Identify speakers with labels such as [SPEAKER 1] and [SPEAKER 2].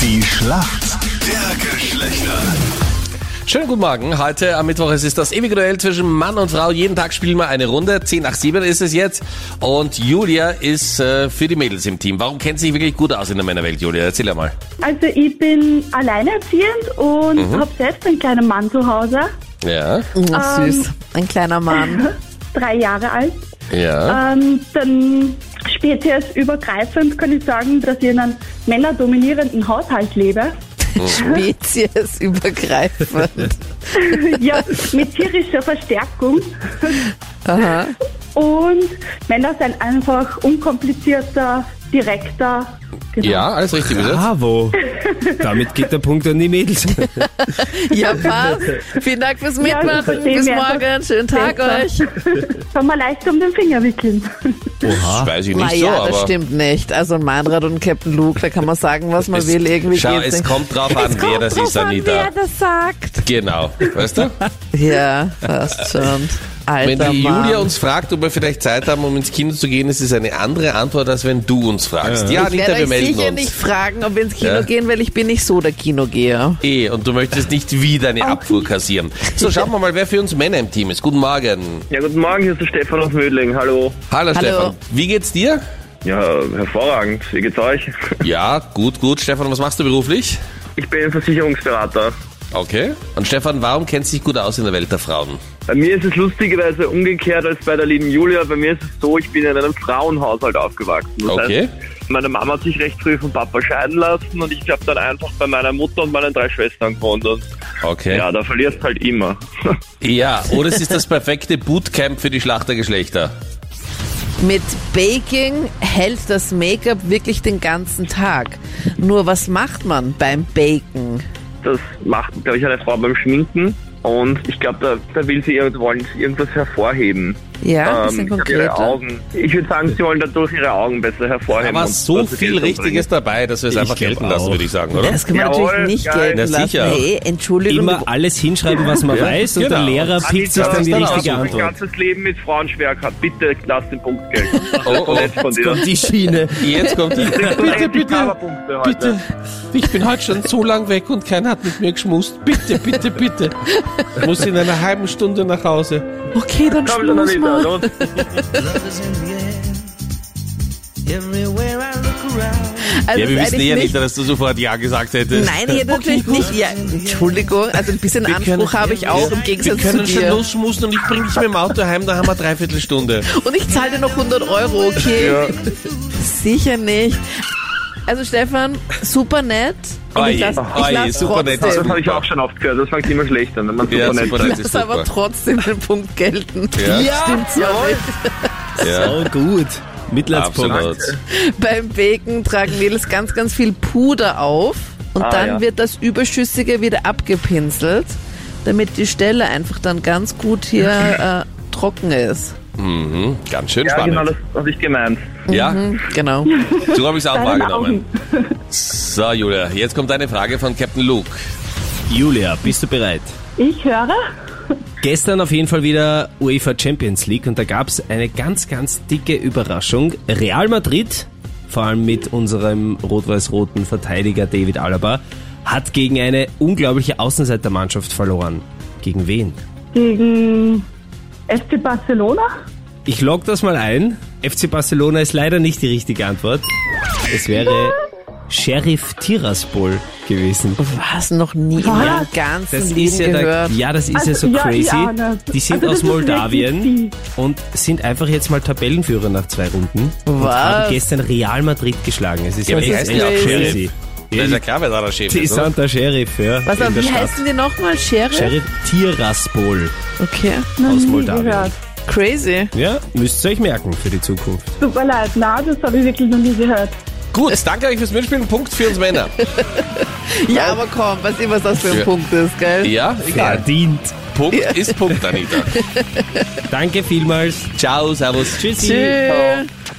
[SPEAKER 1] Die Schlacht der Geschlechter.
[SPEAKER 2] Schönen guten Morgen. Heute am Mittwoch es ist das ewige Duell zwischen Mann und Frau. Jeden Tag spielen wir eine Runde. 10 nach 7 ist es jetzt. Und Julia ist äh, für die Mädels im Team. Warum kennt sie sich wirklich gut aus in der Männerwelt, Julia? Erzähl einmal.
[SPEAKER 3] Also ich bin alleinerziehend und
[SPEAKER 4] Mhm.
[SPEAKER 3] habe selbst einen kleinen Mann zu Hause,
[SPEAKER 2] Ja,
[SPEAKER 5] Ach, süß. Ähm, Ein kleiner Mann.
[SPEAKER 3] drei Jahre alt.
[SPEAKER 5] Ah,
[SPEAKER 2] ja.
[SPEAKER 3] Ähm, dann speziesübergreifend kann ich sagen, dass ich in einem männerdominierenden Haushalt lebe.
[SPEAKER 2] Oh.
[SPEAKER 5] Speziesübergreifend.
[SPEAKER 3] ja, mit tierischer Verstärkung.
[SPEAKER 5] Aha.
[SPEAKER 3] Und Männer sind einfach unkomplizierter, direkter. Genau.
[SPEAKER 2] Ja, alles richtig besetzt.
[SPEAKER 4] Bravo. Damit geht der Punkt an die Mädels.
[SPEAKER 5] Ja, passt. Vielen Dank fürs
[SPEAKER 3] Ja,
[SPEAKER 5] Mitmachen.
[SPEAKER 3] verstehen
[SPEAKER 5] Bis
[SPEAKER 3] wir.
[SPEAKER 5] morgen. Schönen Tag
[SPEAKER 3] Besser.
[SPEAKER 5] euch.
[SPEAKER 3] Kann man leicht um den Finger wickeln.
[SPEAKER 2] Das weiß ich nicht so,
[SPEAKER 5] Naja, das
[SPEAKER 2] aber.
[SPEAKER 5] stimmt nicht. Also ein Meinrad und ein Captain Luke, da kann man sagen, was man
[SPEAKER 2] Es-
[SPEAKER 5] will. Irgendwie
[SPEAKER 2] Schau,
[SPEAKER 5] geht's
[SPEAKER 2] es
[SPEAKER 5] nicht.
[SPEAKER 2] kommt drauf an, wer
[SPEAKER 5] kommt
[SPEAKER 2] das
[SPEAKER 5] drauf
[SPEAKER 2] ist,
[SPEAKER 5] an,
[SPEAKER 2] Anita.
[SPEAKER 5] Wer das sagt.
[SPEAKER 2] Genau, weißt du?
[SPEAKER 5] Ja, passt schon.
[SPEAKER 2] Wenn
[SPEAKER 5] Alter
[SPEAKER 2] die
[SPEAKER 5] Mann.
[SPEAKER 2] Julia uns fragt, ob wir vielleicht Zeit haben, um ins Kino zu gehen, ist es eine andere Antwort, als wenn du uns fragst. Ja,
[SPEAKER 5] ich
[SPEAKER 2] Anita,
[SPEAKER 5] werde
[SPEAKER 2] wir
[SPEAKER 5] euch
[SPEAKER 2] melden
[SPEAKER 5] sicher
[SPEAKER 2] uns.
[SPEAKER 5] nicht fragen, ob wir ins Kino
[SPEAKER 2] Ja.
[SPEAKER 5] gehen, weil ich bin nicht so der Kinogeher.
[SPEAKER 2] Eh, und du möchtest nicht wieder eine Abfuhr kassieren. So, schauen wir mal, wer für uns Männer im Team ist. Guten Morgen.
[SPEAKER 6] Ja, guten Morgen, hier ist der Stefan aus Mödling. Hallo.
[SPEAKER 2] Hallo, Stefan. Wie geht's dir?
[SPEAKER 6] Ja, hervorragend. Wie geht's euch?
[SPEAKER 2] Ja, gut, gut. Stefan, was machst du beruflich?
[SPEAKER 6] Ich bin Versicherungsberater.
[SPEAKER 2] Okay. Und Stefan, warum kennst du dich gut aus in der Welt der Frauen?
[SPEAKER 6] Bei mir ist es lustigerweise umgekehrt als bei der lieben Julia. Bei mir ist es so, ich bin in einem Frauenhaushalt aufgewachsen. Das
[SPEAKER 2] Okay.
[SPEAKER 6] heißt, meine Mama hat sich recht früh vom Papa scheiden lassen und ich habe dann einfach bei meiner Mutter und meinen drei Schwestern gewohnt. Und
[SPEAKER 2] Okay.
[SPEAKER 6] ja, da verlierst halt immer.
[SPEAKER 2] Ja, oder es ist das perfekte Bootcamp für die Schlachtergeschlechter.
[SPEAKER 5] Mit Baking hält das Make-up wirklich den ganzen Tag. Nur was macht man beim Baken?
[SPEAKER 6] Das macht, glaube ich, eine Frau beim Schminken. Und ich glaube, da, da will sie irgend- wollen sie irgendwas hervorheben.
[SPEAKER 5] Ja, ein bisschen
[SPEAKER 6] Ähm, ihre
[SPEAKER 5] konkreter.
[SPEAKER 6] Augen. Ich würde sagen, sie wollen dadurch ihre Augen besser hervorheben.
[SPEAKER 2] Aber
[SPEAKER 6] und
[SPEAKER 2] so
[SPEAKER 6] was sie
[SPEAKER 2] viel
[SPEAKER 6] Geld
[SPEAKER 2] Richtiges
[SPEAKER 6] verbringen.
[SPEAKER 2] dabei, dass wir es
[SPEAKER 4] Ich
[SPEAKER 2] einfach gelten
[SPEAKER 4] glaub
[SPEAKER 2] lassen,
[SPEAKER 4] auch.
[SPEAKER 2] würde ich sagen, oder?
[SPEAKER 5] Das kann man
[SPEAKER 6] Jawohl,
[SPEAKER 5] natürlich nicht
[SPEAKER 6] geil.
[SPEAKER 5] gelten
[SPEAKER 2] Na,
[SPEAKER 5] lassen.
[SPEAKER 2] sicher.
[SPEAKER 5] Hey, Entschuldigung.
[SPEAKER 4] Immer alles hinschreiben, was man weiß, und
[SPEAKER 2] Genau.
[SPEAKER 4] der Lehrer pickt sich dann die
[SPEAKER 2] das
[SPEAKER 4] richtige
[SPEAKER 2] dann
[SPEAKER 6] Mein
[SPEAKER 4] Antwort.
[SPEAKER 6] ganzes Leben ist Frauenschwer gehabt. Bitte lass den Punkt gelten.
[SPEAKER 2] Oh, oh.
[SPEAKER 6] Jetzt von
[SPEAKER 4] Jetzt
[SPEAKER 6] dir.
[SPEAKER 4] kommt die Schiene.
[SPEAKER 2] Jetzt kommt die.
[SPEAKER 6] Bitte, bitte, bitte.
[SPEAKER 2] Ich bin heute schon so lang weg und keiner hat mit mir geschmust. Bitte, bitte, bitte. Ich muss in einer halben Stunde nach Hause.
[SPEAKER 5] Okay, dann
[SPEAKER 6] Komm schon,
[SPEAKER 5] schmus
[SPEAKER 6] Anita,
[SPEAKER 5] mal.
[SPEAKER 6] los.
[SPEAKER 7] Love is in the air. Everywhere I look around.
[SPEAKER 5] Also
[SPEAKER 2] Ja, wir
[SPEAKER 5] es ist
[SPEAKER 2] wissen
[SPEAKER 5] eigentlich
[SPEAKER 2] eh
[SPEAKER 5] nicht-
[SPEAKER 2] nicht, dass du sofort Ja gesagt hättest.
[SPEAKER 5] Nein, ich hätte natürlich nicht. Ja, Entschuldigung, also ein bisschen Anspruch habe ich auch im
[SPEAKER 2] Wir
[SPEAKER 5] Gegensatz zu
[SPEAKER 2] können schon
[SPEAKER 5] dir.
[SPEAKER 2] losmusen und ich bringe dich mit dem Auto heim, da haben wir dreiviertel Stunde.
[SPEAKER 5] Und ich zahle dir noch 100 Euro, okay? Sicher nicht. Also Stefan, super nett. Und ich
[SPEAKER 2] Oje,
[SPEAKER 5] lasse
[SPEAKER 2] oje,
[SPEAKER 5] lass
[SPEAKER 2] super nett.
[SPEAKER 6] Das
[SPEAKER 5] trotzdem.
[SPEAKER 6] habe ich auch schon oft gehört. Das fängt immer schlecht an, wenn man
[SPEAKER 2] Ja,
[SPEAKER 6] super nett
[SPEAKER 2] super
[SPEAKER 6] ist.
[SPEAKER 2] nett ist
[SPEAKER 5] Lass aber
[SPEAKER 2] super.
[SPEAKER 5] trotzdem den Punkt gelten.
[SPEAKER 2] Ja.
[SPEAKER 5] Stimmt zwar nicht.
[SPEAKER 2] Ja,
[SPEAKER 4] Oh, gut. Mitleidspunkt.
[SPEAKER 2] absolut.
[SPEAKER 5] Beim Bacon tragen Mädels ganz, ganz viel Puder auf und
[SPEAKER 6] Ah,
[SPEAKER 5] dann
[SPEAKER 6] ja.
[SPEAKER 5] wird das Überschüssige wieder abgepinselt, damit die Stelle einfach dann ganz gut hier äh, trocken ist.
[SPEAKER 2] Mhm, ganz schön
[SPEAKER 6] Ja, genau,
[SPEAKER 2] spannend.
[SPEAKER 6] das habe ich gemeint.
[SPEAKER 2] Ja,
[SPEAKER 5] Genau.
[SPEAKER 2] so habe ich es auch
[SPEAKER 3] Deine
[SPEAKER 2] wahrgenommen. So, Julia, jetzt kommt eine Frage von Captain Luke.
[SPEAKER 4] Julia, bist du bereit?
[SPEAKER 3] Ich höre,
[SPEAKER 4] Gestern auf jeden Fall wieder UEFA Champions League und da gab's eine ganz, ganz dicke Überraschung. Real Madrid, vor allem mit unserem rot-weiß-roten Verteidiger David Alaba, hat gegen eine unglaubliche Außenseitermannschaft verloren. Gegen wen?
[SPEAKER 3] gegen FC Barcelona.
[SPEAKER 4] Ich log das mal ein. FC Barcelona ist leider nicht die richtige Antwort. Es wäre Sheriff Tiraspol gewesen.
[SPEAKER 5] Was? Noch nie in meinem ganzen
[SPEAKER 4] Das
[SPEAKER 5] Leben
[SPEAKER 4] ist ja, da,
[SPEAKER 5] gehört.
[SPEAKER 4] ja, das ist ja
[SPEAKER 3] Also,
[SPEAKER 4] so
[SPEAKER 3] ja, ich
[SPEAKER 4] crazy.
[SPEAKER 3] ahne.
[SPEAKER 4] Die sind
[SPEAKER 3] Also, das
[SPEAKER 4] aus
[SPEAKER 3] ist wirklich
[SPEAKER 4] Moldawien
[SPEAKER 3] die.
[SPEAKER 4] und sind einfach jetzt mal Tabellenführer nach zwei Runden und
[SPEAKER 5] Was?
[SPEAKER 4] haben gestern Real Madrid geschlagen. Es ist ja,
[SPEAKER 2] Ja, aber die
[SPEAKER 4] jetzt
[SPEAKER 2] heißen ja auch
[SPEAKER 4] echt
[SPEAKER 2] Sheriff.
[SPEAKER 4] crazy.
[SPEAKER 2] Das ist ja klar, wer da der Chef
[SPEAKER 4] Die
[SPEAKER 2] ist. oder?
[SPEAKER 4] sind der Sheriff, ja.
[SPEAKER 5] Was,
[SPEAKER 4] in
[SPEAKER 5] aber
[SPEAKER 4] der
[SPEAKER 5] wie
[SPEAKER 4] Stadt.
[SPEAKER 5] heißen die nochmal? Sheriff?
[SPEAKER 4] Sheriff Tiraspol
[SPEAKER 5] Okay.
[SPEAKER 3] Noch
[SPEAKER 4] aus
[SPEAKER 3] nie
[SPEAKER 4] Moldawien.
[SPEAKER 3] gehört.
[SPEAKER 5] Crazy.
[SPEAKER 4] Ja, müsst ihr euch merken für die Zukunft.
[SPEAKER 3] Tut mir leid, nein, das habe ich wirklich noch nie gehört.
[SPEAKER 2] Gut, danke euch fürs Mitspielen. Punkt für uns Männer.
[SPEAKER 5] Ja, aber komm, was immer das für ein
[SPEAKER 2] Ja.
[SPEAKER 5] Punkt ist, gell?
[SPEAKER 2] Ja, egal.
[SPEAKER 4] Verdient.
[SPEAKER 2] Punkt ist Punkt, Anita.
[SPEAKER 4] Danke vielmals.
[SPEAKER 2] Ciao, servus.
[SPEAKER 4] Tschüssi.
[SPEAKER 5] Tschüss.